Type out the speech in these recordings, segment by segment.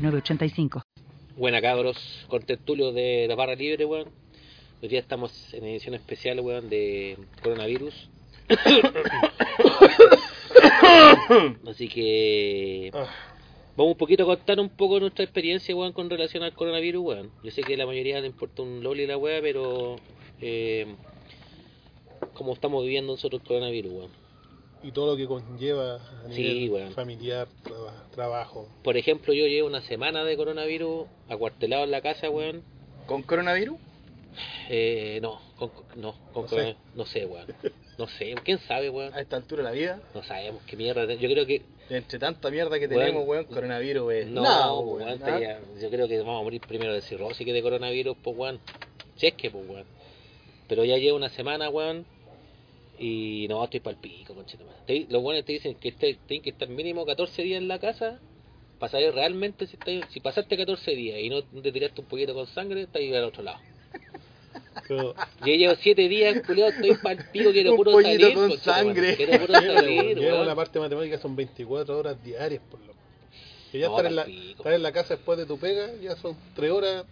985. Buena cabros, con tertulio de la barra libre, weón. Hoy día estamos en edición especial, weón, de coronavirus. Así que vamos un poquito a contar un poco nuestra experiencia, weón, con relación al coronavirus, weón. Yo sé que la mayoría le importa un loli la weá, pero eh, como estamos viviendo nosotros el coronavirus, weón. y todo lo que conlleva a Sí, nivel weón. familiar, traba- trabajo. Por ejemplo, yo llevo una semana de coronavirus acuartelado en la casa, weón. ¿Con coronavirus? Eh, no, con, no, con No sé. corona- no sé, weón. No sé, quién sabe, weón. A esta altura de la vida, No sabemos qué mierda. te- Yo creo que. de entre tanta mierda que Weón. tenemos, weón, coronavirus es. No, weón, ¿ah? te- ya- yo creo que vamos a morir primero de cirrosis que de coronavirus, pues, weón. Si es que, pues, weón. Pero ya llevo una semana, weón. Y no, estoy pal pico, conchetumare. Te- Los weones te dicen que este- tienen que estar mínimo 14 días en la casa. Para saber realmente si, estáis- si pasaste 14 días y no te tiraste un poquito con sangre, estás al otro lado. Pero Yo llevo siete días, culiado, estoy pal pico, quiero Un puro pollito salir. con conchetumare, sangre. Quiero puro salir, lleva la weón. parte matemática son 24 horas diarias, por lo que ya No, estar, en la, palpico. estar en la casa después de tu pega, ya son 3 horas.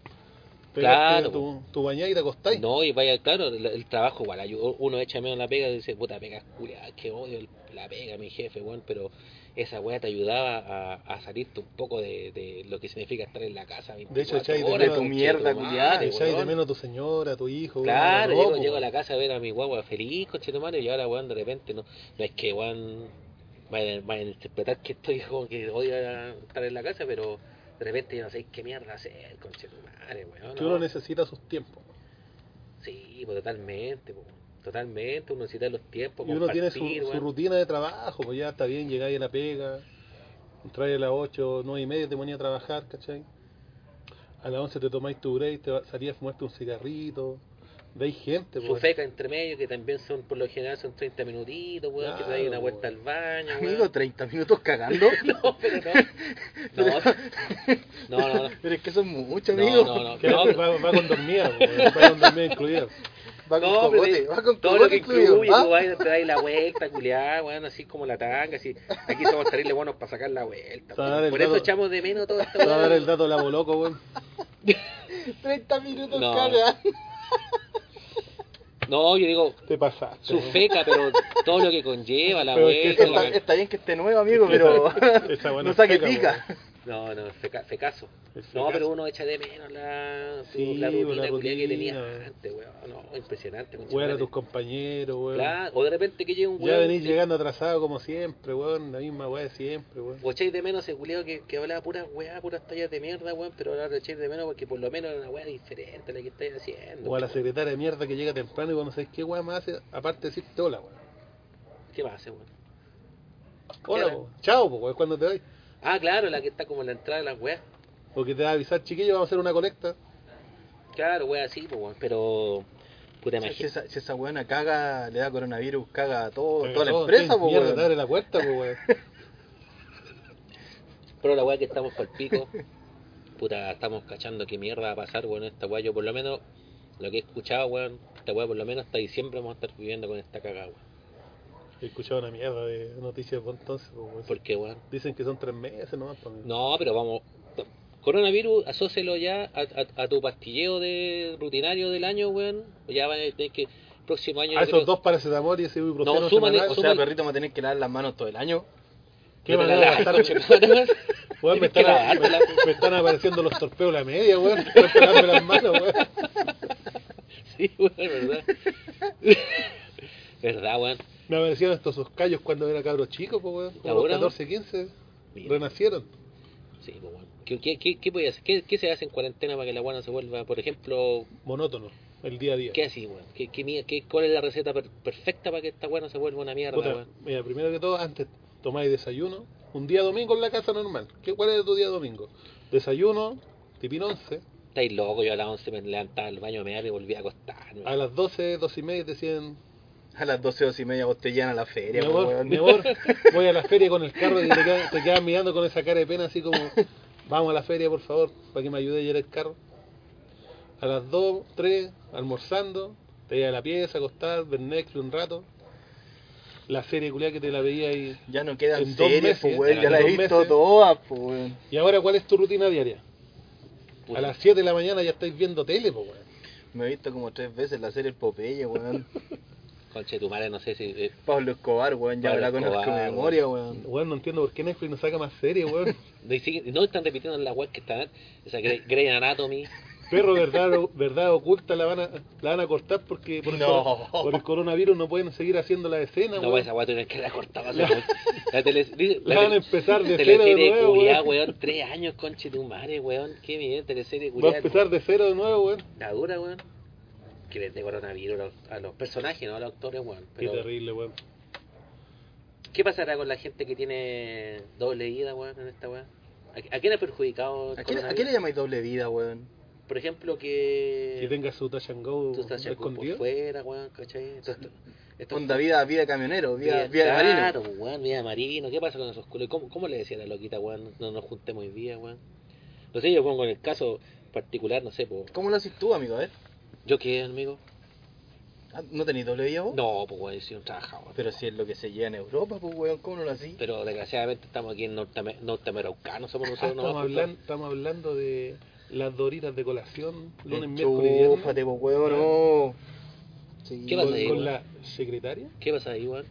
Pegaste Claro, tu, tu bañada y te acostáis. No, y vaya, claro, el, el trabajo igual, ayu- uno echa menos la pega y dice, puta, pega, culia, que odio el- la pega, mi jefe, weón, pero esa weá te ayudaba a, a salirte un poco de, de lo que significa estar en la casa. De hecho, 24 echáis de horas, menos tu conche mierda, tu culiao, madre, Te echáis de weón. menos a tu señora, a tu hijo. Claro, weón, a llego, todo, llego a la weón. casa a ver a mi guagua feliz, conchetumare, y ahora, weón, de repente, no, no es que, weón, vayan vayan a interpretar que estoy como que odio a- estar en la casa, pero de repente yo no sé qué mierda hacer, conchetumare, weón. Que no. uno necesita sus tiempos. Sí, pues totalmente, po. totalmente, uno necesita los tiempos, Y uno tiene su, compartir, su weón. rutina de trabajo, pues ya está bien, llegáis a la pega, entráis a las 8, 9 y media, te ponías a trabajar, ¿cachai? A las 11 te tomáis tu break, te va- salías a fumarte un cigarrito, veis gente, su pues. feca entre medio, que también son, por lo general, son 30 minutitos, weón, que te dais una Claro, vuelta weón. al baño, weón. Amigo, 30 minutos cagando. no, pero no. No, no, no, no. Pero es que eso es mucho, No, amigo. no, no. Que va, va, va con dormida, pues, va con dormida incluida. Va con No, pero cogote, de- va con todo lo cogote que incluido, incluye, ¿ah? tú vas, te dais la vuelta, culiá, weón, así como la tanga, así. Aquí somos terribles buenos para sacar la vuelta. Te va a weón. dar el Por eso dato- echamos de menos todo esto, Te va a dar el dato la boloco, weón. 30 minutos No. caga. No, yo digo, Te pasaste. su weón. feca, pero todo lo que conlleva, la Pero es vuelta, que la Está, can- está bien que esté nuevo, amigo, pero Esa buena no saque feca, pica. No, no, feca- fecazo. El No, fecazo. pero uno echa de menos la, Sí, la rutina, la culiá que rutina, weón. tenía antes, weón. No, impresionante. weón. Weón conchetumare. a tus compañeros, weón. Claro, o de repente que llega un Ya venís weón. llegando atrasado como siempre, weón. La misma weá de siempre, weón. O echáis de menos ese culiado que, que hablaba puras weá, puras tallas de mierda, weón. Pero ahora lo echáis de menos porque por lo menos era una weá diferente a la que estáis haciendo. O a la secretaria de mierda que llega temprano y cuando sabes qué weón más hace, aparte de decirte hola, weón. ¿Qué pasa, weón? Hola, Claro. po. chao, po, es cuando te doy. Ah, claro, la que está como en la entrada de las weas. Porque te va a avisar, chiquillo, vamos a hacer una colecta. Claro, weá, así, pues, weón. Pero. Puta, Si imagínate. esa, si esa weona caga, le da coronavirus, caga a todo, Pero toda la no, empresa, sí, po, Mierda, weón. te abre la puerta, po, weón. Pero la weá que estamos por el pico, puta, estamos cachando qué mierda va a pasar, weón, esta weá. Yo por lo menos, lo que he escuchado, weón, esta weá por lo menos hasta diciembre vamos a estar viviendo con esta cagada, weón. He escuchado una mierda de noticias por entonces, po, weón. Porque, weón, Dicen que son tres meses nomás, po, weón. no, pero vamos, coronavirus, asócelo ya a, a- a tu pastilleo de rutinario del año, weón. Ya van a tener que, próximo año... A yo Ah, esos creo- dos paracetamol y ese ibuprofeno No, súmale, semanal. O sea, perrito, me tenés que lavar las manos todo el año. ¿Qué yo te manera la- de gastar? conchetumare, Weón, me, tienes que están, a- lavártela. me- me están apareciendo los torpeos la media, weón. Estoy pegándome las manos, weón. Sí, weón, verdad. verdad, weón. Me aparecieron estos sus callos cuando era cabro chico, po, weón. Como ¿Ahora? los 14, 15. Mira. Renacieron. Sí, pues bueno. ¿Qué, qué, qué, qué podía hacer? ¿Qué, qué se hace en cuarentena para que la guana se vuelva, por ejemplo, Monótono. El día a día. qué así, weón? ¿Qué, qué, mier- qué- ¿Cuál es la receta per- perfecta para que esta guana se vuelva una mierda, Puta, weón? mira, primero que todo, antes tomáis desayuno. Un día domingo en la casa normal. ¿Qué, ¿Cuál era tu día domingo? Desayuno, tipín 11. Estáis loco, yo a las 11 me levantaba al baño a mear y volví a acostarme. A las 12, 12 y media decían, A las 12, 12 y media vos te llevan a la feria, mi po, amor, weón. mi amor, voy a la feria con el carro y te quedan, te quedan mirando con esa cara de pena así como, vamos a la feria por favor, para que me ayude a llevar el carro. A las 2, 3, almorzando, te iba a la pieza, acostar, ver Netflix un rato. La serie culiá que te la veía y... Ya no quedan En dos series, meses, po, weón. en Ya las dos he visto meses. todas, po, weón. ¿Y ahora cuál es tu rutina diaria? Puta, A las 7 de la mañana ya estáis viendo tele, po, weón. Me he visto como tres veces la serie El Popeye, weón. Conche de tu madre, no sé si. eh, Pablo Escobar, weón. Ya me Pablo la conozco Escobar, de memoria, weón. Weón, no entiendo por qué Netflix no saca más series, weón. de- sí, no están repitiendo la web que están. O sea, Grey, Grey Anatomy. Perro, verdad, verdad oculta la van a, la van a cortar porque por, el, No. coro- por el coronavirus no pueden seguir haciendo la escena, No, weón. pues esa weá tienen que la cortaba la weá. La tele. dice- La van a empezar de cero de teleserie nuevo, culiá, weón. weón. Tres años, conche tu madre, weón. Qué bien, teleserie Va culiá. a empezar de cero de nuevo, weón. La dura, weón. Que les dé coronavirus a los, a los personajes, no a los actores, weón. Pero, Qué terrible, weón. ¿Qué pasará con la gente que tiene doble ida, weón, en esta weá? ¿A, a quién ha perjudicado el ¿A quién, a coronavirus? quién le llamáis doble vida, weón? Por ejemplo, Que que... tenga su touch and go tú estás por escondido. fuera, weón, ¿cachai? Entonces, esto- Onda vida, vida de camionero, vida, Vía- vida de Claro, marino. pues, weón, vía de marino. ¿Qué pasa con esos culos? ¿Cómo, ¿Cómo le decía a la loquita, weón? No nos juntemos hoy día, weón. No sé, yo pongo en el caso particular, no sé, pues. ¿Cómo lo haces tú, amigo? A ver. ¿Yo qué, amigo? Ah, ¿No tenéis doble vida vos? No, pues, weón, yo soy un trabajador. Pero si es lo que se lleva en Europa, pues, weón, ¿cómo no lo haces? Pero desgraciadamente estamos aquí en norteame- norteamericanos, somos Ah, nosotros estamos, nomás, hablan- estamos hablando de las doritas de colación, lunes, miércoles y viernes. Chúfate, pues, weón, no. Sí, ¿Qué pasa con, ahí, con weón? la secretaria? pues. ¿Qué pasa ahí, weón?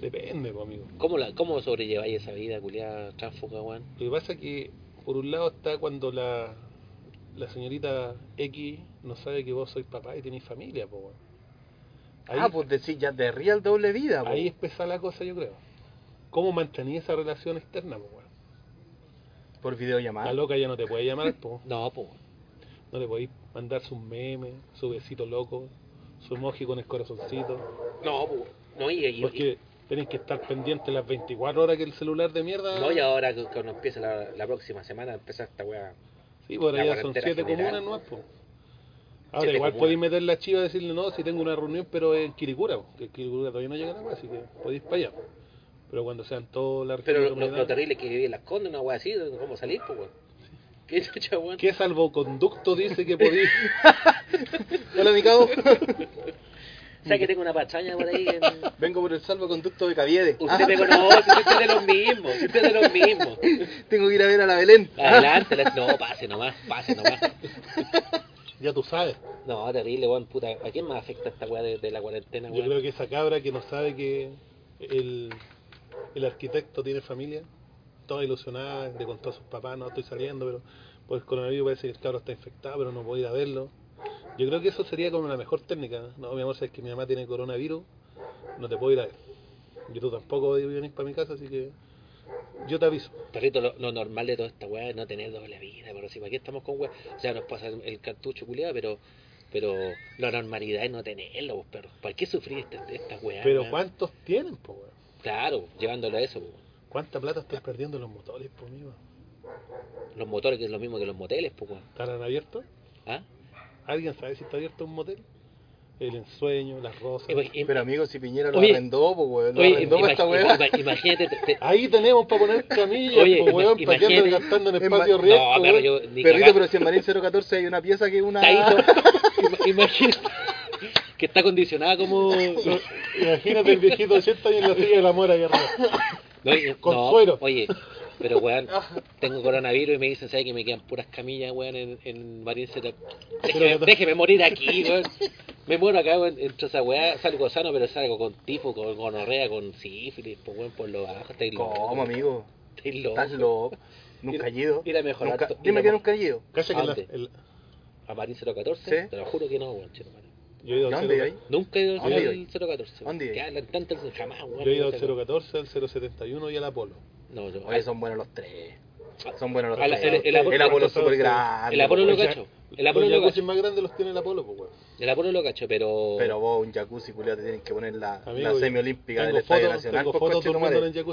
Depende, pues, amigo. ¿Cómo, la, ¿Cómo sobrelleváis esa vida, culiada, tránsfuga, weón? Lo que pasa es que, por un lado, está cuando la, la señorita X no sabe que vos sois papá y tenés familia, pues, weón. Ahí, Ah, pues decís ya de real doble vida, pues. ahí es pesada la cosa, yo creo. ¿Cómo mantenía esa relación externa, pues, weón? Por La videollamada. loca ya no te puede llamar, pues. No, pues, weón. No le podéis mandar sus memes, su besito loco, su emoji con el corazoncito. No, pues. weón. No, y, y- Porque tenéis que estar pendiente las 24 horas que el celular de mierda. no, y ahora que, que nos empieza la, la próxima semana, empieza esta weá. Sí, por La allá son cuarentena siete general. comunas, ¿no? es, po? Ahora, Siete igual comunas. podéis meter la chiva y decirle, no, si tengo una reunión, pero en Quiricura, po, que en Quiricura todavía no llega nada, así que podéis para allá. po. Pero cuando sean todas las Pero lo, reuniones lo- comunidades- lo terrible es que vivir en las condes, una weá así, ¿cómo salir, pues, weón? ¿Qué chucha, weón? ¿Qué salvoconducto dice que podéis? Hola, mi cabo. O sea, que tengo una pachaña por ahí. En... Vengo por el salvoconducto de Caviedes. Usted Ah, me conoce, si usted es de los mismos, si usted es de los mismos. Tengo que ir a ver a la Belén. Adelante, la- no, pase nomás, pase nomás. ya tú sabes. No, terrible, weón, puta. ¿A quién más afecta esta weá de, de la cuarentena, Yo creo weón? que esa cabra que no sabe que el, el arquitecto tiene familia, toda ilusionada, le contó a sus papás, no estoy saliendo, pero por el coronavirus parece que el cabro está infectado, pero no puedo ir a verlo. Yo creo que eso sería como la mejor técnica. No, mi amor, sabes que mi mamá tiene coronavirus, no te puedo ir a ver. Yo tú tampoco voy a venir para mi casa, así que yo te aviso. Perrito, lo, lo normal de toda esta weá es no tener doble vida, pero si para qué estamos con weá. O sea, nos pasa el, el cartucho culiado, pero pero la normalidad es no tenerlo, pues, perro. ¿Para qué sufrir esta, esta weá? Pero weón? ¿cuántos tienen, po, weón? Claro, pues, llevándolo a eso, weón. ¿Cuánta plata estás perdiendo en los motores, po, amigo? Los motores que es lo mismo que los moteles, pues, weón. ¿Estarán abiertos? ¿Ah? ¿Alguien sabe si está abierto un motel? El ensueño, las rosas. Ima- im- Pero amigo, si Piñera lo Oye. arrendó, pues, weón. Lo oye, arrendó ima- para esta ima- weá. ima- imagínate, te- te- Ahí tenemos para poner camillas, Oye, pues, weón, ima- para que anden imagínate- gastando en en espacio ma- riesgo, No, pero weón. yo ni Perrito, cagar. pero si en Marín 014 hay una pieza que es una. Taito, ima- imagínate que está condicionada como Lo- Imagínate el viejito 80 y en la silla de la mora ahí arriba. no, oye, Con no, suero. Oye, pero weón, tengo coronavirus y me dicen, ¿sabes que me quedan puras camillas, weón, en, en Marín Z? Déjeme, Pero- déjeme morir aquí, weón. Me muero acá, weón, entre esa weá, salgo sano, pero salgo con tifo, con gonorrea, con sífilis, pues weón, por lo bajo, estáis locos. ¿Cómo, amigo? Estáis locos. Estás loco. Nunca he ido. Ir a mejorar Nunca- to- ir Dime a que mo- nunca he ido. Cacha que la- ¿Dónde? el- A Marín 014, Sí. te lo juro que no, weón, chino, madre. yo he ido al ¿Dónde cero- hay? Nunca he ido ¿Dónde al iba? 014. ¿Dónde iba? Que hablan tanto jamás, weón. yo he ido al no sé, 014, al 071 y al Apolo. No, yo. Oye, son buenos los tres. Son buenos los A la- tres. el- el Apolo- es súper grande. el Apolo weón. lo cacho. El Apolo los lo jacuzzis cacho. más grandes los tiene el Apolo, pues, weón. El Apolo lo cacho, pero. Pero vos, un jacuzzi, culiao, te tienes que poner la, Amigo, la yo semiolímpica del tengo Estadio fotos- Nacional. Tengo pues, fotos conchetumare. durmiendo en el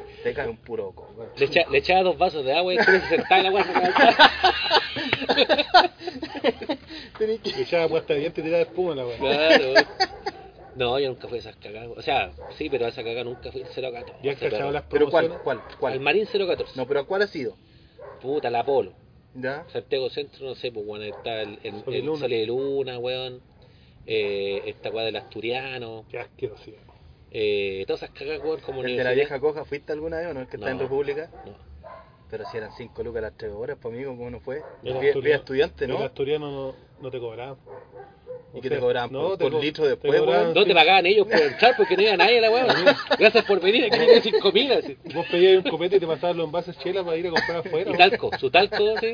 jacuzzi. Te cae un puro coco. Le, echa- le echaba dos vasos de agua y después se sentaba en la agua. se sentaba. Tenés que- Le echaba puesta de dientes y tiraba espuma a la weá. Claro. No, yo nunca fui a esas cagadas. O sea, sí, pero a esa cagada nunca fui. 014. ¿Ya has cachado las Pero promociones? ¿cuál? ¿Cuál? Al ¿Cuál? Marín 014. No, pero ¿cuál ha sido? Puta, la Polo. ¿Ya? Santiago Centro, no sé, pues bueno, está el, el, Sol y el Luna. Sol y Luna, weón. Eh, esta weá del Asturiano. Qué asquerosidad. Eh, todas esas cagadas, weón, como ¿El de la universidad. vieja coja fuiste alguna vez o no? El que está No. en República. No. Pero si eran 5 lucas las 3 horas, pues amigo, ¿cómo no fue? El Vía, asturiano- vía estudiante, El ¿no? asturiano no, no te cobraba. ¿Y O que sea, te cobraban no, por, te por co- litro te después, cobraban- weón? No te pagaban ellos por entrar porque no iba nadie a la weá. weón. Gracias por venir, aquí tiene 5 mil. Así. Vos pedías un copete y te pasaban los envases chela para ir a comprar afuera. Y weón. talco, su talco, sí.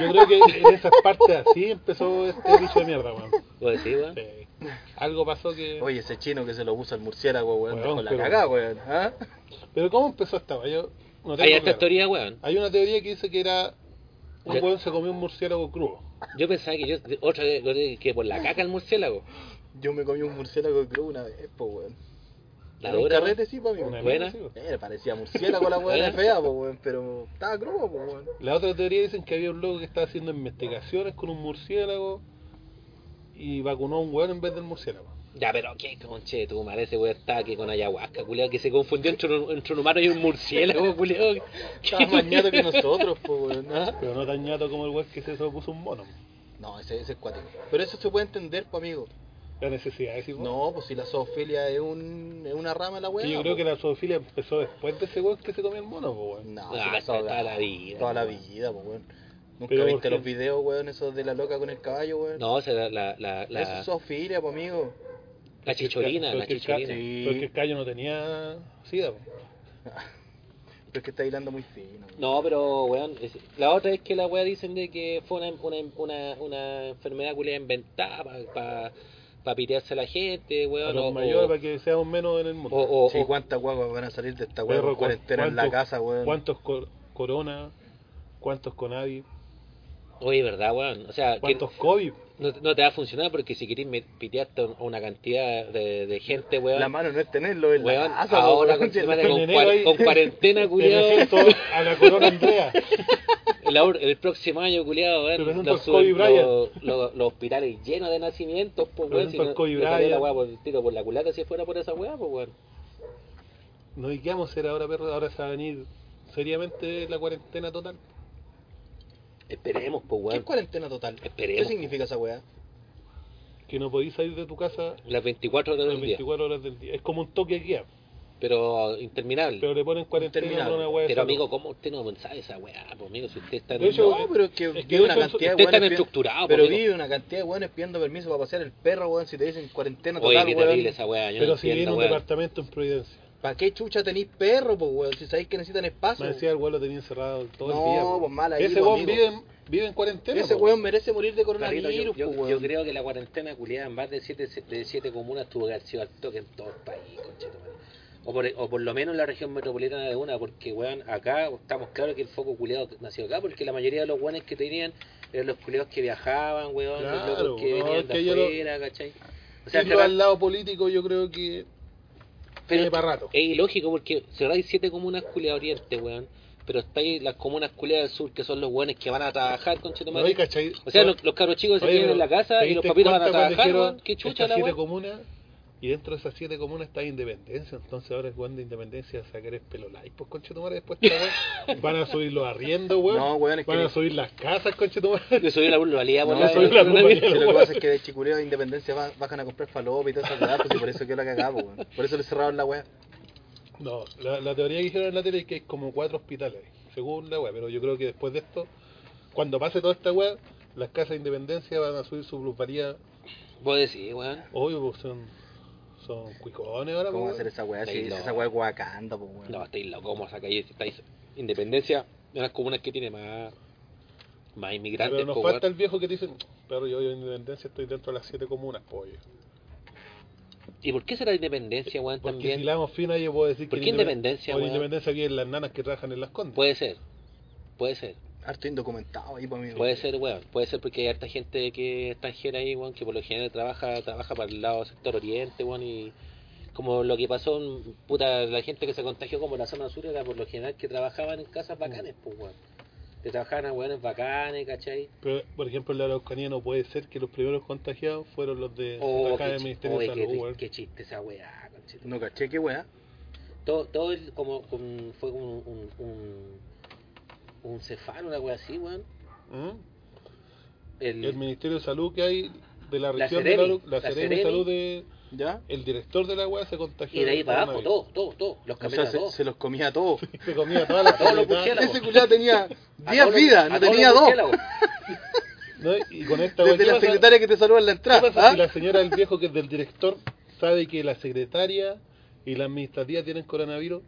Yo creo que en esas partes así empezó este bicho de mierda, weón. Pues sí, weón. Sí. Algo pasó que... Oye, ese chino que se lo usa el murciélago, weón, Weón, con la pero- cagada, weón. ¿Ah? Pero ¿cómo empezó esta weá? Yo no tengo Hay altas claro. teorías, weón. Hay una teoría que dice que era... Un Ya. weón se comió un murciélago crudo. Yo pensaba que yo, otra vez, lo de- que por la caca el murciélago. Yo me comí un murciélago crudo una vez, pues, weón. La En un dura. carrete, sí, pues, amigo. Una Buena. mierda, sí, weón. Eh, parecía murciélago la weón, Buena. era fea, pues, weón, pero estaba crudo, pues, weón. La otra teoría dicen que había un loco que estaba haciendo investigaciones con un murciélago y vacunó a un weón en vez del murciélago. Ya, pero qué conche, tu madre, ese weón está aquí con ayahuasca, culiao, que se confundió entre un, entre un humano y un murciélago, culiao. Estaba más ñato que nosotros, pues, weón. ¿ah? Pero no tan ñato como el weón que se puso un mono. No, ese, ese es cuático. Pero eso se puede entender, pues, amigo. La necesidad de decir, No, pues si la zoofilia es, un, es una rama de la weón. yo creo que la zoofilia empezó después de ese weón que se comió el mono, po, weón. No, Ah, si la toda soga- la vida, Toda la weón. vida, pues, weón. Nunca Pero, viste ¿por los qué? videos, weón, esos de la loca con el caballo, weón. No, o sea, la, la, la, Eso es la, zoofilia, pues, amigo. la chicholina, la Porque el ca- chicholina. Sí. Porque el callo no tenía sida, po. Pero es que está hilando muy fino. weón. No, pero, weón, es- la otra es que la weá dicen de que fue una, una, una, una enfermedad culiao inventada para pa, pa pitearse a la gente, A weón. los o- mayores o- para que seamos menos en el mundo. o- o- Sí, o- cuántas guaguas van a salir de esta weón Perro, con cu- cuarentena en la cuántos- casa, weón. ¿Cuántos cor- corona? ¿Cuántos conavi? Oye, ¿verdad, weón? O sea, Ah, que- ¿Cuántos COVID? No, no te va a funcionar porque si querés me- pitearte a una cantidad de, de gente, weón. La mano no es tenerlo, es weón, la casa, ahora weón. con, Si con, la- en enero cuar- ahí- con cuarentena, Te presento culiado. a la corona Andrea. El, aur- el próximo año, culiado, Te weón. presento Los, al Kobe los- Bryant. los- los- los hospitales llenos de nacimientos, pues, Te weón. presento Si al no, Kobe le salió la Bryant. weá por el tiro por la culata si fuera por esa weá, pues, weón. No, ¿y qué vamos a hacer ahora, perro? Ahora se va a venir seriamente la cuarentena total. Esperemos, pues, ¿Qué es weón. cuarentena total? Esperemos. ¿Qué significa esa weá? Que no podéis salir de tu casa Las 24 horas las del día. 24 horas del día. Es como un toque aquí, Pero interminable. Pero, pero le ponen cuarentena Interminable. por una weá de salud. amigo, ¿cómo usted no sabe esa weá, pues, amigo? Si usted está en De hecho, No, pero es que es que vive de una hecho cantidad de ustedes están weones pidiendo- estructurados, Pero amigo. vive una cantidad de weones pidiendo permiso para pasear el perro, weón, si te dicen cuarentena Oye, total, qué weón. terrible esa weá, yo no Pero si viene entiendo, un weón. departamento en Providencia. ¿Para qué chucha tenéis perro, pues, weón? Si sabéis que necesitan espacio. Me decía el weón lo tenía encerrado todo Ah, No, el día. po. pues, mal ahí, Ese pues, weón amigo. vive, en- vive en cuarentena. Ese po. weón merece morir de Carrito, yo, coronavirus, yo- pues, yo weón. creo que la cuarentena culiada en más de siete, de siete comunas tuvo que haber sido al toque en todo el país, conchetumare. o por, o por lo menos en la región metropolitana de una, porque weón, acá estamos claros que el foco culiado nació acá, porque la mayoría de los weones que tenían eran los culiados que viajaban, weón, los Claro, locos que no, venían es de que yo lo- afuera, ¿cachai? O sea, Y cerrar- lo al lado político yo creo que pero eh, tiene para rato. es ilógico porque cerráis siete comunas culiadas oriente, weón, pero estáis las comunas culiadas del sur, que son los weones que van a trabajar, conchetumare. Oye, ¿cachai? O sea, los, los cabros chicos se Oye, quedan pero en la casa ¿te y los diste papitos van a cuenta cuando trabajar, dijeron weón. Qué chucha estas la siete weón. comunas y dentro de esas siete comunas está Independencia, entonces ahora el weón de Independencia va a sacar el pelo like, pues conche tu madre después esta weón. Van a subir los arriendos, weón. No, weón, es que- Van a subir las casas, conche tu madre. Le subió la pluralidad, No, por le la- subió la por pluralidad. vida. Si lo que pasa es que de Chicureo de Independencia va- bajan a comprar falopa y todas esas weas, pues, y por eso quedó la cagada, po, weón. Por eso le cerraron la wea. No, la, la teoría que dijeron en la tele es que hay como cuatro hospitales, según la web, pero yo creo que después de esto, cuando pase toda esta web, las casas de Independencia van a subir su plusvalía. Vos decís, weón. Obvio, pues son, son cuicones ahora. ¿Cómo va a pues, hacer esa wea? Si Ahí si no. esa wea es Wakanda, pues, weón. No, estáis locos, vamos a calle. Estáis. Independencia, de las comunas que tiene más. Más inmigrantes, Pero nos po, falta weón. el viejo que te dice, pero yo vivo en Independencia, estoy dentro de las siete comunas, pues, pollo. ¿Y por qué será independencia, weón, Porque también? si la damos fina, yo puedo decir ¿Por que qué Independ- Independencia, por weón? Independencia aquí en las nanas que trabajan en las condes. Puede ser. Puede ser. Harto indocumentado ahí, pues, amigo. Puede ser, weón. Puede ser porque hay harta gente que extranjera ahí, weón, que por lo general trabaja trabaja para el lado sector oriente, weón, y. como lo que pasó en, puta, la gente que se contagió como en la zona sur era por lo general que trabajaban en casas bacanes, pues, weón. Que trabajaban a weones bacanes, ¿cachai? Pero, por ejemplo, en la Araucanía no puede ser que los primeros contagiados fueron los de Oh, acá qué, del chi- Ministerio de oye, qué Salud, tri- weón. qué chiste esa weá, conchito. No caché, qué weá. Todo, todo el- como, un- fue como un, un, un, un cefalo, una weá así, weón. ¿Mm? El, El Ministerio de Salud que hay de la Mm. La región de Seremi, la, la la Seremi Seremi. Salud de... ¿Ya? El director de la weá se contagió. y de ahí del para abajo, coronavirus. todo, todo, todo. Los O sea, camiones, se, todos. se los comía a todos. Se comía todas las Todos los caletas. murciélagos. Ese culiado tenía A 10 todos los- vidas, a no todos los tenía 2. murciélagos. ¿No? Y con esta weá, Desde ¿qué la pasa? secretaria que te saluda en la ¿Qué entrada. pasa si ¿ah? la señora del viejo que es del director sabe que la secretaria y la administrativa tienen coronavirus?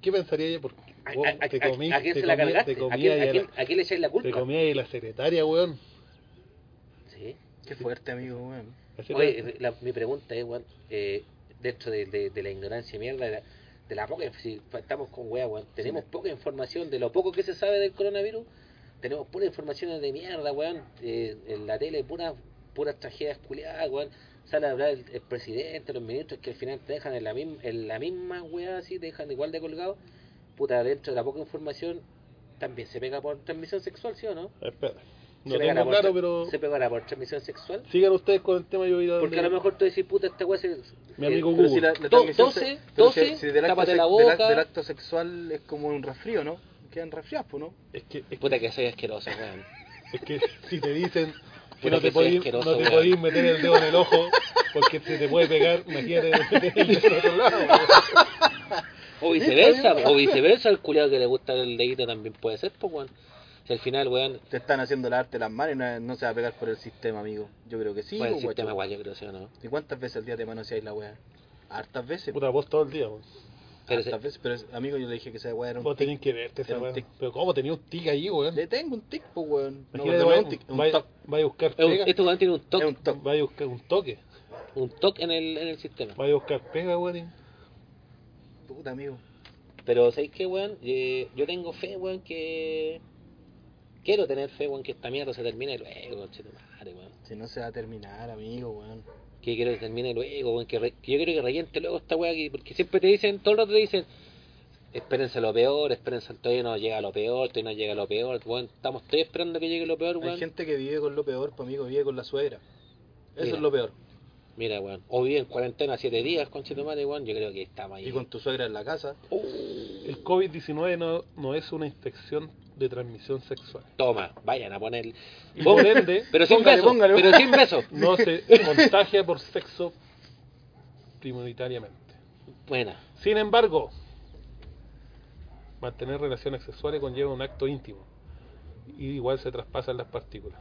¿Qué pensaría ella? Porque, ¿A, a- weón, a- te a- comí- a quién te se la comí- te cargaste? ¿A comí quién, ahí a a quién- la- a quién le echáis la Te culpa? comía ahí la secretaria, weón. Sí. Qué fuerte, amigo, weón. Así que- Oye, eh, la- mi pregunta es, weón, eh, dentro de, de, de la ignorancia y mierda, de la, de la poca, si estamos con weá, weón, tenemos poca información de lo poco que se sabe del coronavirus, tenemos pura información de mierda, weón, eh, en la tele, puras puras tragedias culiadas, weón, sale a hablar el, el presidente, los ministros, que al final te dejan en la, misma en la misma weá, así, te dejan igual de colgado, puta, dentro de la poca información, también se pega por transmisión sexual, ¿sí o no? Espera. se No pega la tengo claro, por- pero Se pega la por transmisión sexual. sigan ustedes con el tema. Yo voy a Porque a donde- lo mejor tú decís, puta, esta weá se. eh, Mi amigo Pero si Google. la, la Do- transmisión 12, se- pero si- 12, si del acto, tápate se- la del ac- boca. del acto sexual es como un resfrío, ¿no? Quedan resfriados, pues, ¿no? Es que, es, Puta que soy asqueroso, weón. es que si te dicen que Puta no que te, soy podís, asqueroso, no te weón. podís meter el dedo en el ojo porque se te puede pegar, imagínate, el dedo en otro lado, weón. O viceversa, o viceversa, el culiado que le gusta el dedito también puede ser, pues, weón. Si al final, weón, Te están haciendo la arte las manos y no, no se va a pegar por el sistema, amigo. Yo creo que sí, fue el pues, sistema, guacho. weón, yo creo, sí o no. ¿Y cuántas veces al día te manoseáis la weá? Hartas veces. Puta, vos todo el día, weón. Pero, hartas se- veces, pero es- amigo, yo le dije que esa weá era un Vos tic. tenés que verte esa Era un weón. tic. Pero cómo tenía un tic ahí, weón. Le tengo un tic, pues, weón. No, Imagínate, no, no vaya- es un tic, es un vaya- toc. vaya a buscar eh, pega. este weón tiene un Es toque, un toc. Vaya a buscar un toque. un toque en el, en el sistema. Vaya a buscar pega, weón. y- Puta, amigo. Pero, ¿sabéis qué, weón? Eh, yo tengo fe, weón, que. Quiero tener fe, weón, que esta mierda se termine luego, conchetumare, weón. Si no se va a terminar, amigo, weón. que quiero que termine luego, weón, que, re- que yo quiero que reviente luego esta weá, que- porque siempre te dicen, todo el rato te dicen, espérense lo peor, espérense, todavía no llega lo peor, todavía no llega lo peor, weón, estamos, estoy esperando que llegue lo peor, Hay weón. gente que vive con lo peor, pues, amigo, vive con la suegra. Eso Mira. es lo peor. Mira, weón, o vive en cuarentena siete días, conchetumare, weón, yo creo que estamos ahí. Y con tu suegra en la casa. El COVID-19 no, no es una infección de transmisión sexual. Toma, vayan a poner, Y Vos- por ende, pero sin Póngale, besos, póngale. pero sin besos. no se contagia por sexo prioritariamente. Buena, Sin embargo, mantener relaciones sexuales conlleva un acto íntimo. Y igual se traspasan las partículas.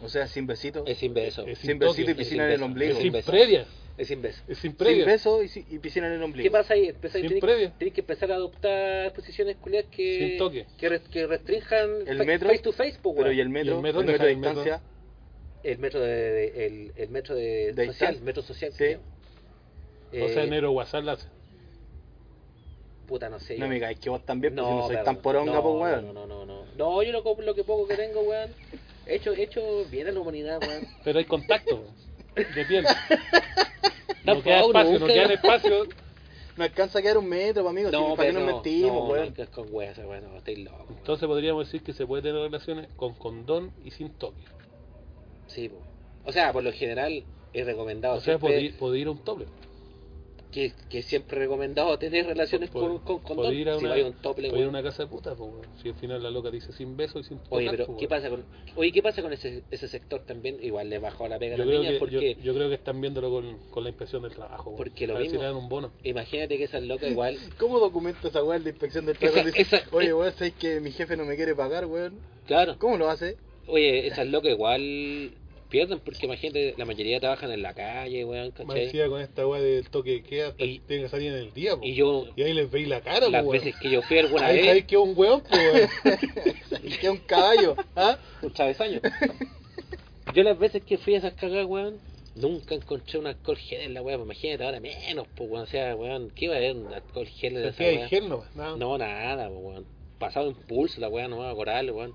O sea, sin besito. es sin besos, Es es, sin sin toque, besito y es piscina sin en el beso, Es ombligo. Sin sin beso. previa. sin besos. Es sin Sin previa. beso y, si- y piscina en el ¿Qué ombligo. pasa ahí? Empezáis, Sin tenés, previa. tenés que empezar a adoptar posiciones culiadas que, Sin toque. que, re- que restrinjan El fa- metro. face to face, po, Pero weón. y el metro, ¿Y el metro? el metro de ¿El metro? distancia. El metro de, de- el, el metro de, social, De distancia. metro social. Sí. que se llama. O sea, Eh, enero WhatsApp la hace. Puta, no sé. No, yo. amiga, es que vos también, pues, si no soy pero- tan poronga, no, pues, weón. No, no, no, no. No, yo lo, co- lo que poco que tengo, weón. He hecho, he hecho bien a la humanidad, weón. Pero hay contacto de piel. No Tampoco, queda espacio, pues, nunca. no queda espacio. No alcanza a quedar un metro, pues, amigo. si- ¿Para qué pero nos mentimos, no, weón? no, con weas, weón, no, estáis locos. weón. Entonces podríamos decir que se puede tener relaciones con condón y sin toque. Sí, po. O sea, por lo general es recomendado. O sea, siempre- podría podría ir a un tople. que, que siempre he recomendado tener relaciones Pod- con, con condón. podría ir a si una, vaya un tople, podría ir a weón. una casa de puta, po, weón. si al final la loca dice sin beso y sin Oye, tocar, pero po, ¿qué pues, weón. pasa con, oye, ¿qué pasa con ese, ese sector también? Igual le bajó la pega Yo a la creo, niña que, porque yo, yo creo que están viéndolo con, con la inspección del trabajo. weón. Porque lo A ver si mismo- le dan un bono. imagínate que esa loca igual... ¿Cómo documenta esa weá en la inspección del Esa- trabajo? Le dice, esa- Oye, eh. weón, ¿sabes que mi jefe no me quiere pagar, weón? Claro. ¿Cómo lo hace? Oye, esas locas igual pierden porque imagínate, la mayoría trabajan en la calle, weón, Más ¿cachai? encima con esta weá del toque de queda, hasta Y- que tienen que salir en el día. po. Y yo, Y ahí les veis la cara, po, las weón. veces que yo fui alguna Ahí sabéis vez, que es un weón, po, weón. Y que un caballo, ¿ah? un travesaño. Yo las veces que fui a esas cagadas, weón, nunca encontré un alcohol gel en la weón, imagínate, ahora menos, pues, weón, o sea, weón, ¿qué va a haber un alcohol gel en Se esa queda en weón? gel nomás, nada. No, nada, po, weón. Pasado impulso, la weá no va a correr, weón.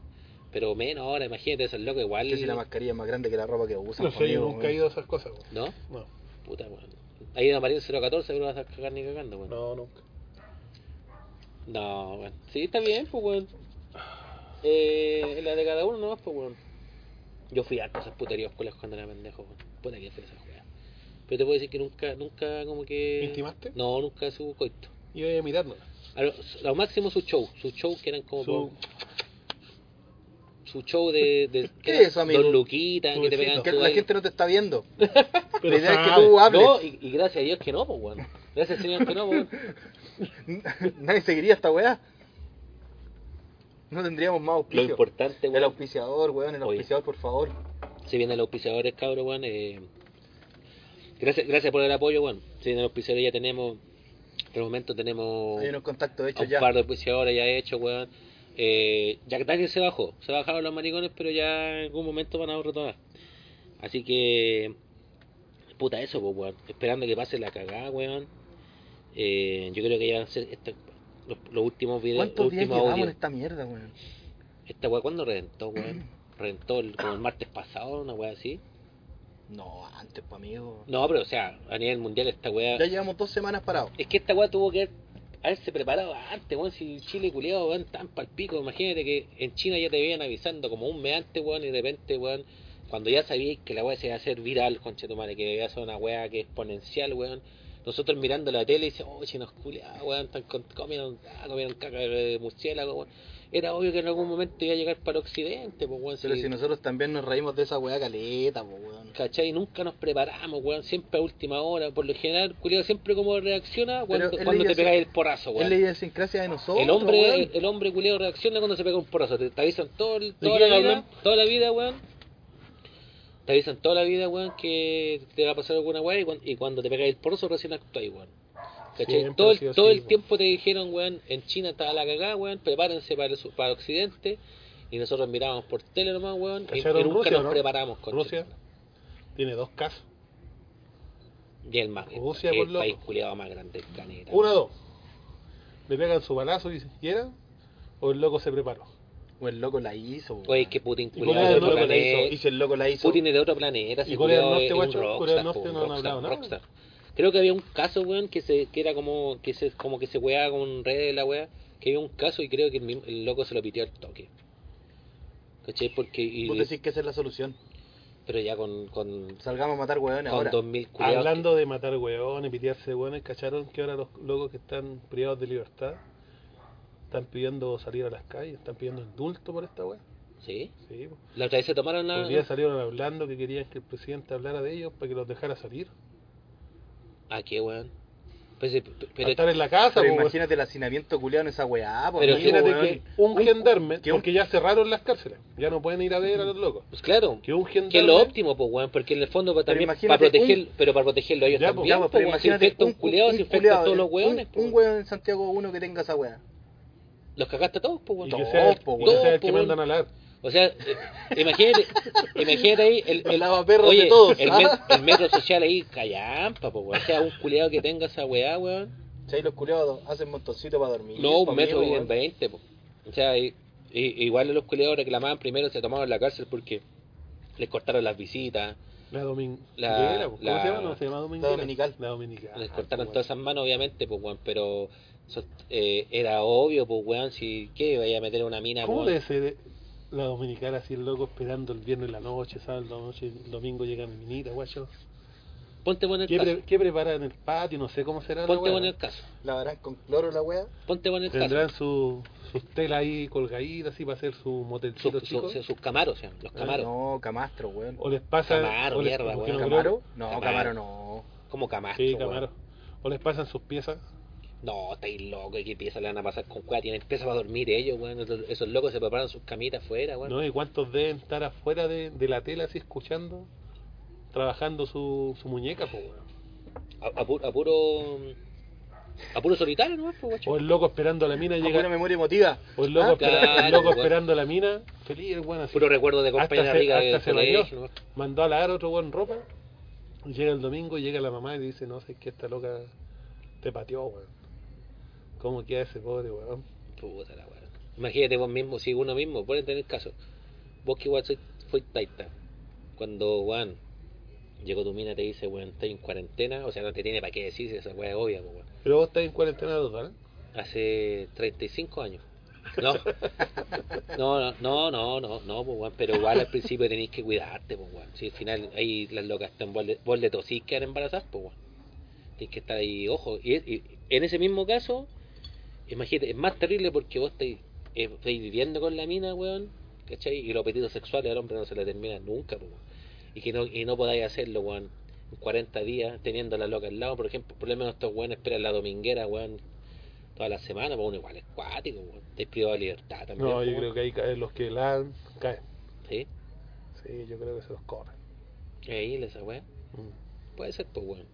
Pero menos ahora, imagínate, ese loco igual. Que si la mascarilla es más grande que la ropa que usan, No po, sé, yo amigo, nunca weón. he ido a esas cosas. weón. ¿No? No. Puta, weón. Ahí en Amarillo 014 no vas a cagar ni cagando, weón. No, nunca. No, weón. Sí, está bien, pues, weón. Eh, la de cada uno nomás, pues, weón. Yo fui a esas puterías escuelas cuando era pendejo, weón. Puta que fue esa weón. Pero te puedo decir que nunca, nunca como que... ¿Intimaste? No, nunca su coito. Iba a mirarnos. A lo, a lo máximo su show, su show que eran como... Su- Su, su show de... de ¿Qué eran es eso, amigo? Dos luquitas, que te Pobrecito. pegan Que tu la baile. gente no te está viendo. Pero la idea es que sabe. tú hables. No, y, y gracias a Dios que no, pues, weón. Gracias al Señor que no, pues, weón. Nadie seguiría esta weá. No tendríamos más Lo auspicio. importante, El weón. auspiciador, weón, el Oye. auspiciador, por favor. Si vienen los auspiciadores, cabrón, weón. eh, gracias, gracias por el apoyo, weón. Si vienen los auspiciadores, ya tenemos. Por el momento tenemos Hay unos contactos a hechos un ya. par de auspiciadores ya hechos, weón. Eh, Jack Daniel se bajó. Se bajaron los maricones, pero ya en algún momento van a retornar. Así que. Puta eso, pues, weón. Esperando que pase la cagada, weón. Eh, yo creo que ya van a ser este- los, los últimos videos, los ¿Cuántos días últimos llevamos este en audios. esta mierda, weón? Esta weá, ¿cuándo reventó, weón? Reventó el- como el martes pasado, una weá así. No, antes, pues, amigo. No, pero o sea, a nivel mundial esta weá. Ya llevamos dos semanas parados. Es que esta weá tuvo que haber- haberse preparado antes, weón. Si Chile culiado, weón, tan palpico. Imagínate que en China ya te veían avisando como un mes antes, weón, y de repente, weón, cuando ya sabías que la weá se iba a hacer viral, conchetumare, que iba a ser una weá que es exponencial, weón. Nosotros mirando la tele y decíamos, oh, chinos culiados, weón, están con- comieron, ah, comieron caca de murciélago, weón. Era obvio que en algún momento iba a llegar para Occidente, pues, weón. Pero si- si nosotros también nos reímos de esa weá caleta, pues, weón. ¿Cachai? Nunca nos preparamos, weón. Siempre a última hora. Por lo general, culiado siempre como reacciona cuando, es la cuando te idiosincrasia- pegáis el porrazo, Es weón. la idiosincrasia de nosotros. El hombre, weón. el, el hombre culiado reacciona cuando se pega un porrazo. Te, te avisan todo, el- toda, quién la vida, hablan? toda la vida, weón. Te avisan toda la vida, weón, que te va a pasar alguna weá y, cuan- y cuando te pegáis el porrazo recién actuáis, weón. ¿Cachai? Siempre todo ha el, sido todo así, el weón. tiempo te dijeron, weón, en China está la cagada, weón, prepárense para el, su- para Occidente. Y nosotros mirábamos por tele nomás, weón, y, y ¿Cacharon nunca Rusia, nos no? preparamos, con Rusia tiene dos casos. Y el más. Rusia, el por loco. país culiado más grande del planeta. Una, dos. Le pegan su balazo y quiera, o el loco se preparó. O el loco la hizo, weón. Oye, es que Putin ¿Y Corea culiado de del otro Norte la hizo. Y planeta. si el loco la hizo. Putin es de otro planeta. ¿Y se Corea del culiao Norte, es un guacho? rockstar, Corea del Norte po, no han rockstar, hablado nada. rockstar. Creo que había un caso, weón, que, se, que era como que se, como que se weaba con redes de la wea. Que había un caso y creo que el, mismo- el loco se lo pitió al toque. ¿Cachai? Porque. y- Vos decís que esa es la solución. pero ya con. con Salgamos a matar weones con ahora. 2000 culiados Hablando de matar hueones, pitearse hueones, cacharon que ahora los locos que están privados de libertad están pidiendo salir a las calles, están pidiendo indulto por esta hueá. que- ¿Sí? Sí, po. La otra vez se tomaron Hoy día la. salieron hablando que querían que el presidente hablara de ellos para que los dejara salir. ¿A Ah, qué, weón? Pues, eh, p- Para pero, estar en la casa, Pero po, weón. imagínate el hacinamiento culiado en esa weá, po, Pero amigo, imagínate weón. que un gendarme, que un- porque ya cerraron las cárceles, ya no pueden ir a ver a los locos. Pues claro, Que un gendarme- que es lo óptimo, pues, weón, porque en el fondo pa- también imagínate para proteger, un- pero para protegerlo a ellos Ya, pues, también, ya, pues, pues, pero weón, se imagínate infecta un culeado, se infecta culiao, a todos los un- hueones, pues, Un weón. hueón en Santiago uno que tenga esa weá. los cagaste a todos, pues, Y weón. que Todos, sea el, po, y que sea weón. el que Todos, po, mandan a hablar. O sea, eh, imagínate, imagínate ahí el, El el, lavaperros de oye, todos, el, ¿ah? met- el metro social ahí, callampa, pues, weón. o sea, un culeado que tenga esa weá, weón, Si ahí los culiados hacen montoncito para dormir. no, po, un metro amigo, vive en weón. 20, pues. o sea, y- y- igual los culeados reclamaban primero, se tomaban la cárcel porque les cortaron las visitas, La dominguera, La- ¿cómo la- se llama? No, se llama dominguera. La dominical. La dominical. Ah, Les cortaron po, todas esas manos, obviamente, pues, weón, pero eso, eh, era obvio, pues, weón, si que vaya a meter una mina, ¿Cómo weón? debe ser eh, la dominical así el loco esperando el viernes en la noche, sábado en la noche, el domingo llega mi minita, guacho? Ponte bueno ¿Qué, el caso. pre- qué prepara en el patio? No sé cómo será. Ponte la bueno weá. el caso. La harán con cloro la weá. Ponte bueno el caso. Tendrán su, sus telas ahí colgaditas así para hacer su Sus motelcito su, chico. su- sus camaros, o sea, Eh, los camaros. No, camastro, weón. O les pasa. Camaro, o les- mierda, porque weón. no creo- ¿Camaro? No, Camaro. Camaro no. Como camastro, Sí, weón. camaro. O les pasan sus piezas. No, estáis locos, ¿qué pieza le van a pasar con cueva? Tienen pieza para dormir ellos, weón. Esos, esos locos se preparan sus camitas afuera, weón. ¿no? ¿Y cuántos deben estar afuera de, de la tela así escuchando? Trabajando su, su muñeca, po, weón. A, a pu- a puro. A puro solitario, ¿no? Pues, guacho. O el loco esperando a la mina Con llega. buena memoria emotiva. O el loco, Ah, espera- claro, el loco weón. esperando a la mina. Feliz, el weón así. Puro recuerdo de compañera hasta se- rica hasta del se bañó. colegio, ¿no? Mandó a lavar otro buen ropa. y Llega el domingo, llega la mamá y dice, no sé qué esta loca te pateó, weón. ¿Cómo queda ese pobre weón? Puta la weá. Imagínate vos mismo, si uno mismo, ponete en el caso. Vos que igual soy, fue taita. Cuando, weón, Llegó tu mina, te dice, weón, estoy en cuarentena. O sea, no te tiene para qué decir si esa weá es obvia, po, weón. Pero vos estás en cuarentena total. Hace 35 años. No, no, no, no, no, no, pues, weón, pero igual al principio tenéis que cuidarte, pues, weón. Si al final ahí las locas están bol de, vos de tosís quedan embarazadas, pues, weón. Tienes que estar ahí, ojo. Y, y en ese mismo caso, imagínate, es más terrible porque vos estáis, eh, estáis viviendo con la mina, weón, ¿cachai? Y los apetitos sexuales al hombre no se le terminan nunca, pues, weón. Y que no, y no podáis hacerlo, weón, en 40 días teniendo a la loca al lado, por ejemplo, por lo menos estos weones esperan la dominguera, weón, toda la semana, pues uno igual es cuático, weón. Estáis privado de libertad también. No, pues, yo weón. creo que ahí caen los que lan caen. Sí, Sí, yo creo que se los corren. ahí esa weá. Mm. Puede ser, pues weón.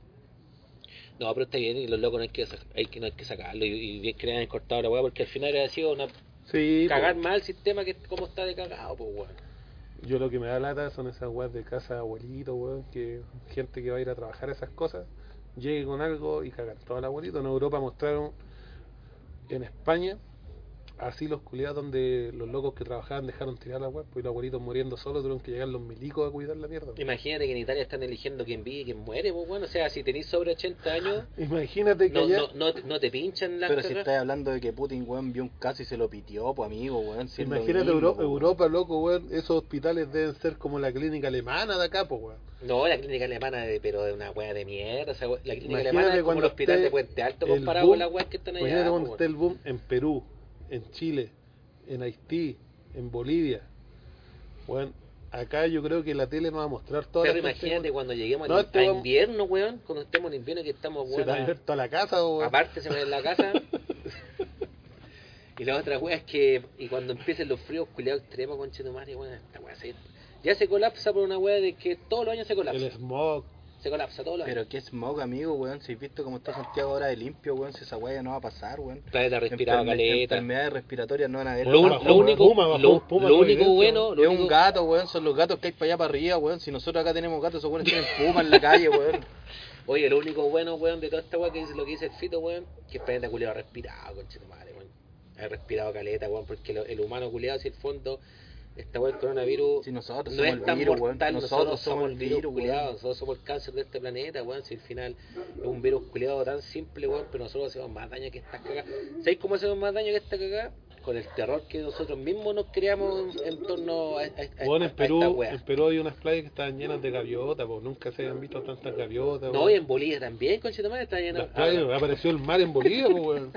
No, pero está bien, y los locos no hay que, sa- hay que, no hay que sacarlo, y, y bien que le hayan cortado la weá, porque al final ha sido una Sí, pues. cagar mal el sistema que como está de cagado, pues weón. po. yo lo que me da lata son esas weas de casa de abuelito, weón, que gente que va a ir a trabajar a esas cosas, llegue con algo y cagan todo el abuelito. En Europa mostraron, en España, así los culiados donde los locos que trabajaban dejaron tirar la web, pues y los abuelitos muriendo solos tuvieron que llegar los milicos a cuidar la mierda. po. Imagínate que en Italia están eligiendo quién vive y quién muere, pues weón. O sea, si tenéis sobre 80 años, Imagínate que no, allá... no, no, te- no te pinchan la Pero si estás hablando de que Putin, weón, vio un caso y se lo pitió, pues amigo, weón. si es lo Imagínate mismo, Euro- po, weón. Europa, loco, weón. Esos hospitales deben ser como la clínica alemana de acá, po, weón. No, la clínica alemana, de, pero de una weá de mierda. o sea, la clínica Imagínate alemana es como el cuando hospital esté de Puente Alto el comparado boom- con las weas que están allá. Imagínate pues, cuando weón. esté el boom en Perú, en Chile, en Haití, en Bolivia. Weón, acá yo creo que la tele nos va a mostrar toda Pero la gente, imagínate weón. cuando lleguemos No, a, este a weón- invierno, weón, cuando estemos en invierno que estamos, Se weón, va a ver toda la casa, a- weón. aparte se me en la casa. y la otra weá es que, y cuando empiecen los fríos culiados extremos, conchetumare, weón, esta weá se... Ya se colapsa por una weá de que todos los años se colapsa. El smog. Se colapsa todos los años. Pero qué smog, amigo, weón. Si has visto cómo está Santiago ahora de limpio, weón, si esa weá ya no va a pasar, weón. Planeta respirado, Enferme- caleta. Enfermedades respiratorias no van a haber. Lo, un- Bajó lo una único, puma, bajó lo, un puma lo de único evidencia, bueno, lo es único- un gato, weón. Son los gatos que hay para allá para arriba, weón. Si nosotros acá tenemos gatos, esos weones tienen puma en la calle, weón. Oye, lo único bueno, weón, de toda esta weá que dice lo que dice el fito, weón, que es planeta culiado respirado, conchetumare, weón. Ha respirado caleta, weón, porque lo- el humano culiado hacia el fondo, esta weá del coronavirus Si nosotros no somos es el tan virus, weón. mortal, nosotros, somos el virus, culiado, weón. nosotros somos el cáncer de este planeta, weón, si al final es un virus culiado tan simple, weón, pero nosotros hacemos más daño que esta cagada. ¿Sabéis cómo hacemos más daño que esta cagada? Con el terror que nosotros mismos nos creamos en, en torno a, a- a- Weón, a- a en Perú, esta weá. en Perú hay unas playas que estaban llenas de gaviotas, po. Nunca se habían visto tantas gaviotas, No, weón. y en Bolivia también, conchetumare, está lleno. Las playas, apareció el mar en Bolivia, po, weón.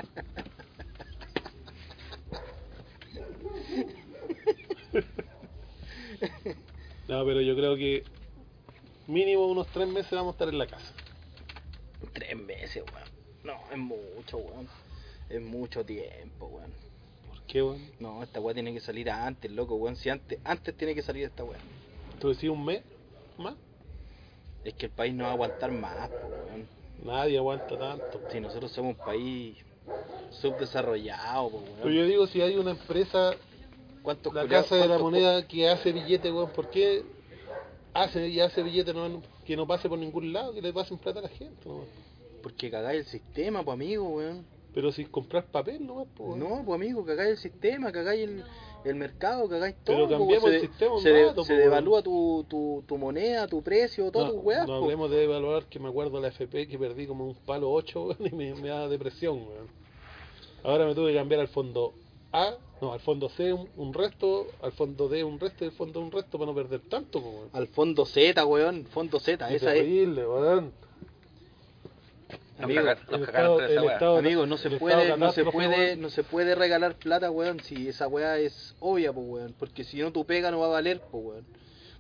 No, pero yo creo que mínimo unos tres meses vamos a estar en la casa. Tres meses, weón. No, es mucho, weón. Es mucho tiempo, weón. ¿Por qué, weón? No, esta weá tiene que salir antes, loco, weón. Si antes, antes tiene que salir esta weá. ¿Tú decís un mes más? Es que el país no va a aguantar más, po, weón. Nadie aguanta tanto. Si nosotros somos un país subdesarrollado, po, weón. Pero yo digo, si hay una empresa, ¿Cuántos la culiados- Casa de la cuántos- Moneda, que hace billete, weón, ¿por qué hace y hace billete no- que no pase por ningún lado, que le pasen plata a la gente? weón? Porque cagáis el sistema, pues amigo, weón. Pero si comprar papel nomás, po, weón. No, pues amigo, cagáis el sistema, cagáis el, el mercado, cagáis todo. Pero po, weón. cambiemos Se el de- sistema un Se, de- rato, se po, devalúa tu, tu, tu moneda, tu precio, todas no, tus weas, no po. hablemos de evaluar que me acuerdo la FP que perdí como un palo 8 weón, y me, me da depresión, weón. Ahora me tuve que cambiar al fondo A, no, al fondo C un, un resto, al fondo D un resto y al fondo un resto para no perder tanto, po, weón. Al fondo Z, weón, fondo Z, Qué esa es. terrible, weón. Amigo, el estado, el estado- Amigo, no se el puede, estado no se catástrofe, puede, weón. no se puede regalar plata, weón, si esa weá es obvia, pues weón, porque si no tu pega no va a valer, pues weón.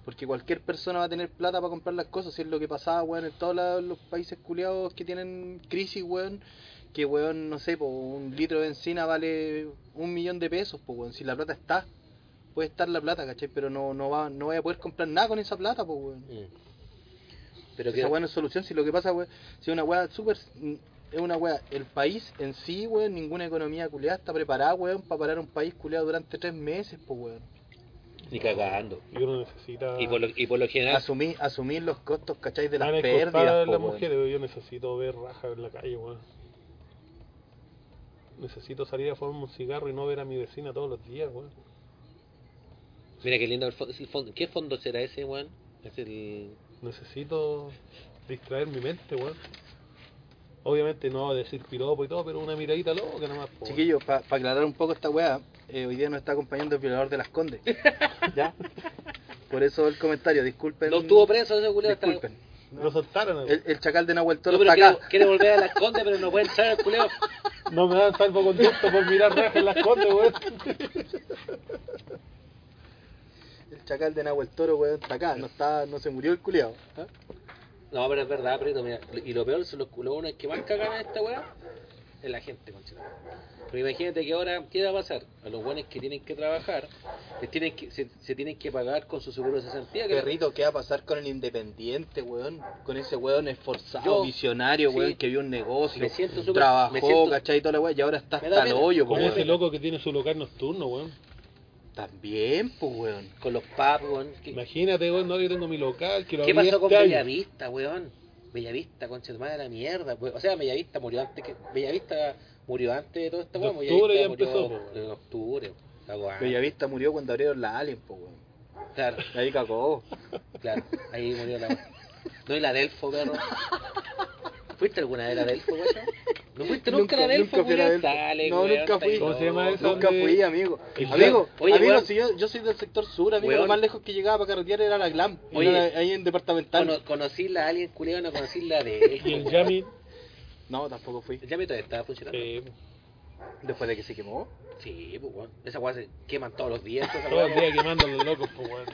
Porque cualquier persona va a tener plata para comprar las cosas, si es lo que pasaba, weón, en todos la- los países culiados que tienen crisis, weón, que weón, no sé, pues un litro de benzina vale un millón de pesos, pues weón, si la plata está, puede estar la plata, ¿cachai? Pero no, no va, no voy a poder comprar nada con esa plata, pues weón. Mm. Pero que Esa weá no es solución, si lo que pasa, weón, si es una weá súper. mm, Es una weá, el país en sí, weón, ninguna economía culeada está preparada, weón, para parar un país culeado durante tres meses, pues, weón. ni cagando. Y uno necesita... Y por lo, y por lo general, Asumir, asumir los costos, ¿cachai? De las Van a disculpar pérdidas, a po, las weón. mujeres, pero yo necesito ver raja en la calle, weón. Necesito salir a fumarme un cigarro y no ver a mi vecina todos los días, weón. mira qué lindo el fondo, ¿Qué fondo será ese, weón? Es el necesito distraer mi mente, weón. Obviamente no va a decir piropo y todo, pero una miradita loca nomás, po, weón. Chiquillos, para aclarar un poco esta weá, eh, hoy día nos está acompañando el violador de las Condes. ¿Ya? Por eso el comentario, disculpen. Lo estuvo preso ese culiado. Está... Disculpen. Lo soltaron, weón. El, el chacal de Nahuel Toro No, pero está quiere, acá. quiere volver a las condes, pero no puede entrar el culiado. No me dan salvoconducto por mirar rejas en las condes, weón. El chacal de Nahuel Toro, weón, está acá. No, está, no se murió el culiado. No, pero es verdad, Prieto, mira. Y lo peor son los culones que más cagan a esta weá es la gente, conchetumare. Pero imagínate que ahora, ¿qué va a pasar? A los buenos que tienen que trabajar, les tienen que, se, se tienen que pagar con su seguro de cesantía. que- Perrito, ¿qué va a pasar con el independiente, weón? Con ese weón esforzado, Yo- visionario, sí. weón, que vio un negocio, Me siento súper- trabajó, me siento- ¿cachai? Toda la weón, y ahora está Me da hasta el pena. hoyo, po, Como ese weón. loco que tiene su local nocturno, weón. También, pues, weón. Con los papos, weón. ¿Qué, Imagínate, weón, no, yo tengo mi local, que lo qué abrí pasó con este año. Bellavista, weón? Bellavista, conchetumare, la mierda. weón. O sea, Bellavista murió antes que... Bellavista murió antes de todo esta De weá. octubre ya Bellavista murió empezó, po, weón. En octubre. la weá. Bellavista murió cuando abrieron la Alien, pues, weón. Claro. Y Ahí cagó. Claro, ahí murió la No, y la Delfo, perro. ¿Fuiste alguna vez a la Delfo, weón? ¿No fuiste nunca, a la Delfo, nunca fui a la weón? Delfo. Dale, No, weón, nunca está fui. ahí, ¿Cómo se llama loco. eso? Nunca ¿Dónde? fui, amigo. El Amigo, Glam. Oye, amigo, weón. si yo, yo soy del sector sur, amigo, Weón. lo más lejos que llegaba para carretear era la Glam. y Oye. era ahí en departamental. Cono- conocí la Alien culiao, no conocí la Delfo. Y el weón. Yami, No, tampoco fui. ¿El Yami todavía estaba funcionando? Sí, eh, Después de que se quemó. pues, weón. Esa weá se queman todos los días. Esa todo el weá día quemando a los locos, pues, weón.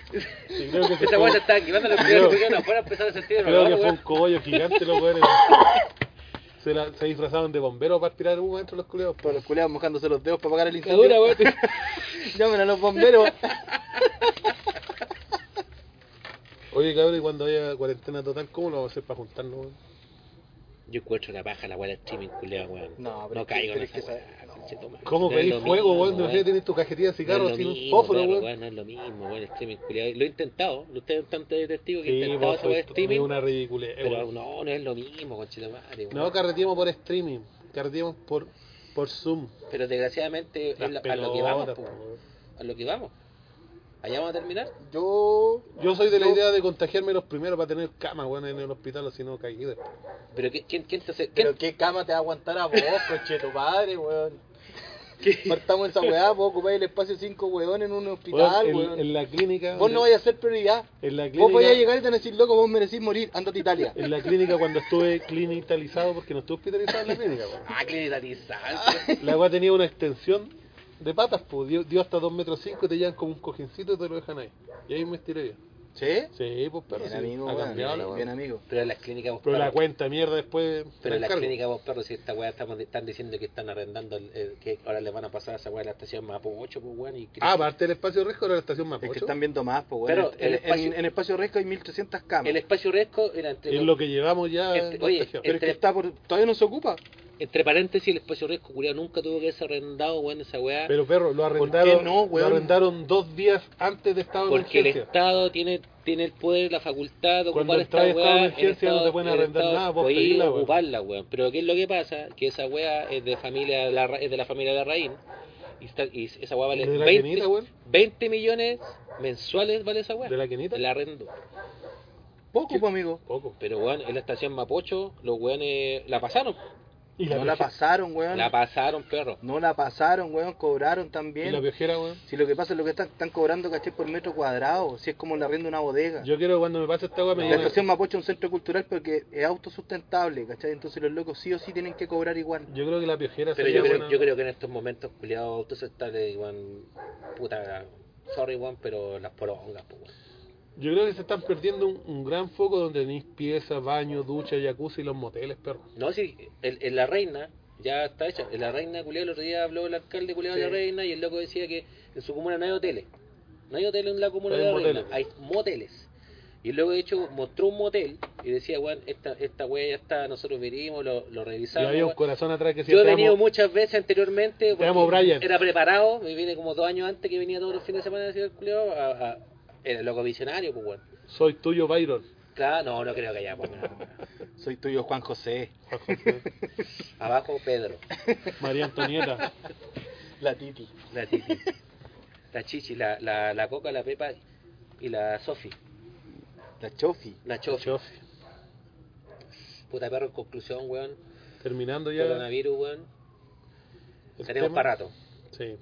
Y creo que se Esa fue- weá se estaba quemando los Creo- primeros que afuera pues, empezaron a sentir el Creo que olor, fue un weón. cogollo gigante, los weones. Se, la- se disfrazaron de bomberos para tirar humo dentro de los culeos. Todos los culeados mojándose los dedos para apagar el La incendio. dura, weón. Llamen a los bomberos. Oye, cabrón, y cuando haya cuarentena total, ¿cómo lo vamos a hacer para juntarnos, weón? Yo encuentro una paja la weá del streaming culiao, weón. No, pero No es que- caigo en pero es esa que weá. esa- conchetumare. ¿Cómo No es pedís lo fuego, mismo, weón? De repente tienes tu cajetilla de cigarro no es sin lo un mismo, fósforo, perro, weón. No es lo mismo, weón. El streaming culiao. Lo he intentado. Ustedes están de testigo que he Sí, intentado vos esa weá de sois streaming. es una ridiculez. Pero weón. no, no es lo mismo, conchetumare, weón. No, carreteamos por streaming, carreteamos por, por Zoom. Pero desgraciadamente es Las lo- a lo que vamos, pelotas, po, po, weón. a lo que vamos. Allá vamos a terminar. Yo. Yo soy de la yo- idea de contagiarme los primeros para tener cama, weón, en el hospital, así no caí después. Pero ¿qué- ¿quién, quién te hace? Pero ¿quién? qué cama te va a aguantar a vos, coche tu padre, weón. Partamos esa weá, vos ocupáis el espacio de cinco weón en un Weón, hospital, en- weón. en, la clínica. Vos no vayas a ser prioridad. En la clínica. Vos vayas a llegar y te van a decir, loco, vos merecís morir, andate a Italia. En la clínica cuando estuve clinicalizado, porque no estuve hospitalizado en la clínica, weón. Ah, clinicalizar. La weá tenía una extensión de patas, pues dio, dio hasta 2 metros 5 te llevan como un cojincito y te lo dejan ahí. Y ahí me estiré yo. ¿Sí? Sí, pues perro, Bien sí, amigo, ha weón. cambiado la Bien, weá. bien amigo. Pero en las clínicas vos Pero la perro, cuenta mierda después. me pero en las encargo. clínicas vos perro, si esta weá estamos, están diciendo que están arrendando, el- el- que ahora le van a pasar a esa weá de la estación Mapocho, pues weón. Y Ah, aparte del espacio riesgo era la estación más Es que están viendo más, pues, weón. Pero En- el en, espacio- en espacio Resco hay 1300 camas. el espacio resco era entre, Es lo que llevamos ya. Este- en oye, contagiados. Pero es que está por... todavía no se ocupa. entre paréntesis, el espacio resco culiao nunca tuvo que ser arrendado, weón, esa weá. Pero perro, lo arrendaron, no, lo weón? arrendaron dos días antes de estado de Porque el emergencia. Estado tiene, tiene el poder, la facultad de Cuando ocupar esta entras en estado de weá. el emergencia no te pueden el arrendar Estado nada, vos podéis pedila, weón. ocuparla, weón. Pero ¿qué es lo que pasa? Que esa weá es de, familia, la, es de la familia Larraín. Y, está- y esa weá vale ¿De la 20, Quenita, weón? 20 millones mensuales, vale esa weá. ¿De la Quenita? El arrendo. Poco, pues, amigo. Poco. Pero weón, en la estación Mapocho, los weones la pasaron. Y la, No la pioje- pasaron, weón. La pasaron, perro. No la pasaron, weón. Cobraron y la también. piojera, weón. Si lo que pasa es lo que están, están cobrando, caché, por metro cuadrado. Si es como la renta de una bodega. Yo quiero que cuando me pase esta weá me La lleven- estación Mapocho es un centro cultural porque es autosustentable, ¿cachai? Entonces los locos sí o sí tienen que cobrar igual. Yo creo que la piojera Pero sería yo creo, buena. yo creo que en estos momentos, culiados, tú estás de, weón, puta, sorry, weón, pero las porongas, pues, weón. Yo creo que se están perdiendo un, un gran foco donde tenéis piezas, baño, ducha, jacuzzi y los moteles, perro. No, sí, en, en la reina ya está hecha. En la reina, culiao, el otro día habló el alcalde culiao de Sí. la reina y el loco decía que en su comuna no hay hoteles. No hay hoteles en la comuna Hay de la moteles. reina, hay moteles. Y el loco, de hecho, mostró un motel y decía, weón, esta, esta wea ya está, nosotros vinimos, lo, lo y revisamos. había un weón". corazón atrás que Yo he siempre venido muchas veces anteriormente. porque amo, Brian. Era preparado, me vine como dos años antes que venía todos los fines de semana decía el culiao, a, a- era loco visionario, pues, weón. Soy tuyo, Byron. Claro, no, no creo que haya, pues, weón. Soy tuyo, Juan José. Juan José. Abajo, Pedro. María Antonieta. La Titi. La Titi. La Chichi, la, la, la Coca, la Pepa y la Sofi. La chofi. La chofi. Chofi. Puta perro, en conclusión, weón. Terminando ya. Coronavirus, weón. el Tenemos tema. para rato. Sí.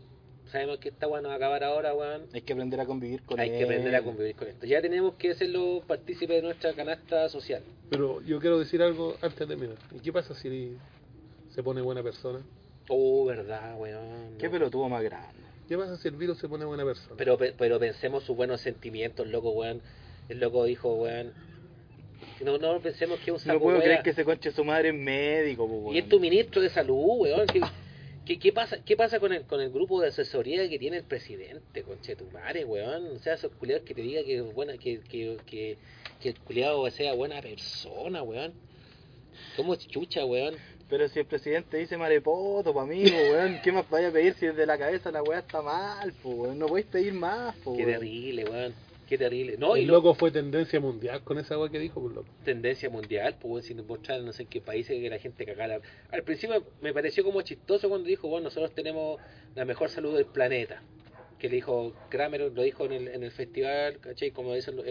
Sabemos que esta weón nos va a acabar ahora, weón. Hay que aprender a convivir con Hay él. que aprender a convivir con esto. Ya tenemos que hacerlo partícipe de nuestra canasta social. Pero yo quiero decir algo antes de terminar. ¿Y qué pasa si se pone buena persona? Oh, verdad, weón. Qué No. pelotudo más grande. ¿Qué pasa si el virus se pone buena persona? Pero, pe- pero pensemos sus buenos sentimientos, loco, weón. El loco dijo, weón. No, no pensemos que es un saco No puedo wea. creer que ese conche su madre es médico, pues, pues, Y es tu ministro de salud, weón. ¿Qué, qué, qué pasa, qué pasa con, el, con el grupo de asesoría que tiene el presidente, conchetumare, weón? O sea, esos culiados que te diga que, es buena, que, que, que, que el culiado sea buena persona, weón. ¿Cómo chucha, weón? Pero si el presidente dice marepoto, pa' mí, po, weón, ¿qué más vaya a pedir si desde la cabeza la weá está mal, po, weón? No podéis pedir más, po, Qué weón. terrible, weón. Qué terrible. No, y el loco. loco fue tendencia mundial con esa agua que dijo, pues loco. tendencia mundial, pues bueno, si nos mostraron no sé en qué países que la gente cagara. Al principio me pareció como chistoso cuando dijo, bueno, nosotros tenemos la mejor salud del planeta. Que le dijo, Kramer lo dijo en el, en el festival, ¿cachai? Como dice, lo,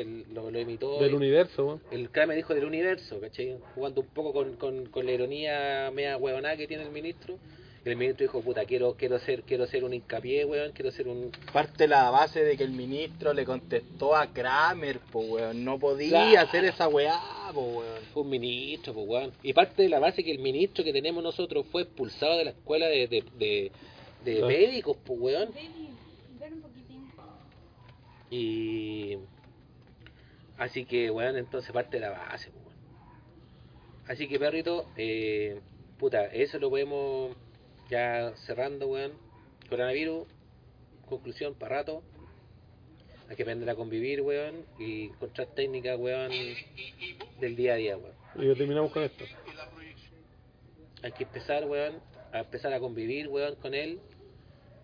lo imitó. Del universo, weón. el Kramer dijo del universo, ¿cachai? Jugando un poco con, con, con la ironía media hueonada que tiene el ministro. Y el ministro dijo, puta, quiero, quiero, ser, quiero ser un hincapié, weón, quiero ser un... Parte la base de que el ministro le contestó a Kramer, po, weón. No podía Claro. hacer esa weá, po, weón. Un ministro, pues, weón. Y parte de la base que el ministro que tenemos nosotros fue expulsado de la escuela de, de, de, de Claro. médicos, pues, weón. Baby, ven un poquitín. Y. Así que, weón, entonces parte de la base, pues, weón. Así que, perrito, eh, puta, eso lo podemos ya cerrando, weón. Coronavirus, conclusión para rato. Hay que aprender a convivir, weón, y encontrar técnicas, weón, del día a día, weón. Y ya terminamos con esto. hay que empezar, weón, a empezar a convivir, weón, con él,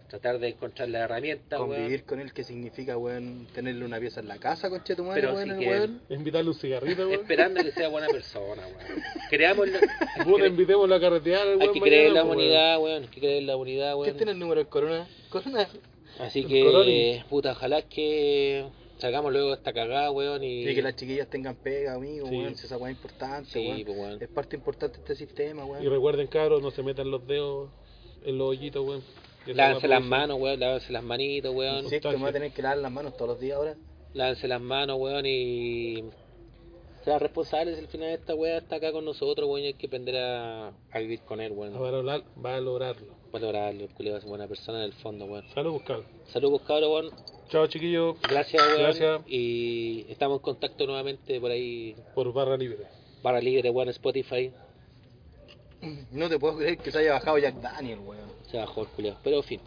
tratar de encontrar la herramienta, Convivir con él, que significa, weón, tenerle una pieza en la casa, conche tu madre, Pero weón, sí el que- weón. Invitarle un cigarrito, weón, weón. esperando que sea buena persona, weón. Creámoslo. hay que Puta, cre- invitémoslo a carretear, weón. Hay que creer en la unidad, weón, hay que creer en la unidad, ¿Qué tiene weón. el número del corona? Corona. Así El que, coronis. puta, ojalá que salgamos luego de esta cagada, weón, y... Y que las chiquillas tengan pega, amigo, Sí. weón. Si esa weá es importante, Sí, weón. pues, weón. Es parte importante de este sistema, Y weón. recuerden, cabros, no se metan los dedos en los hoyitos, weón. Que esa Lávense weá las produce- manos, weón, lávense las manitos, weón. Sí, que me voy contagio. a tener que lavar las manos todos los días ahora. Lávense las manos, weón, y. Sean responsables, al final esta weá está acá con nosotros, weón, y hay que aprender a, a vivir con él, A weón. valorar, valorarlo. Bueno, ahora el culiao es buena persona en el fondo, weón. Saludos, cabros. Saludos, cabros, weón. Chao, chiquillos. Gracias, weón. Gracias. Y estamos en contacto nuevamente por ahí. Por barra libre. Barra libre, weón, Spotify. No te puedo creer que se haya bajado Jack Daniel, weón. Se bajó el culiao. Pero, en fin.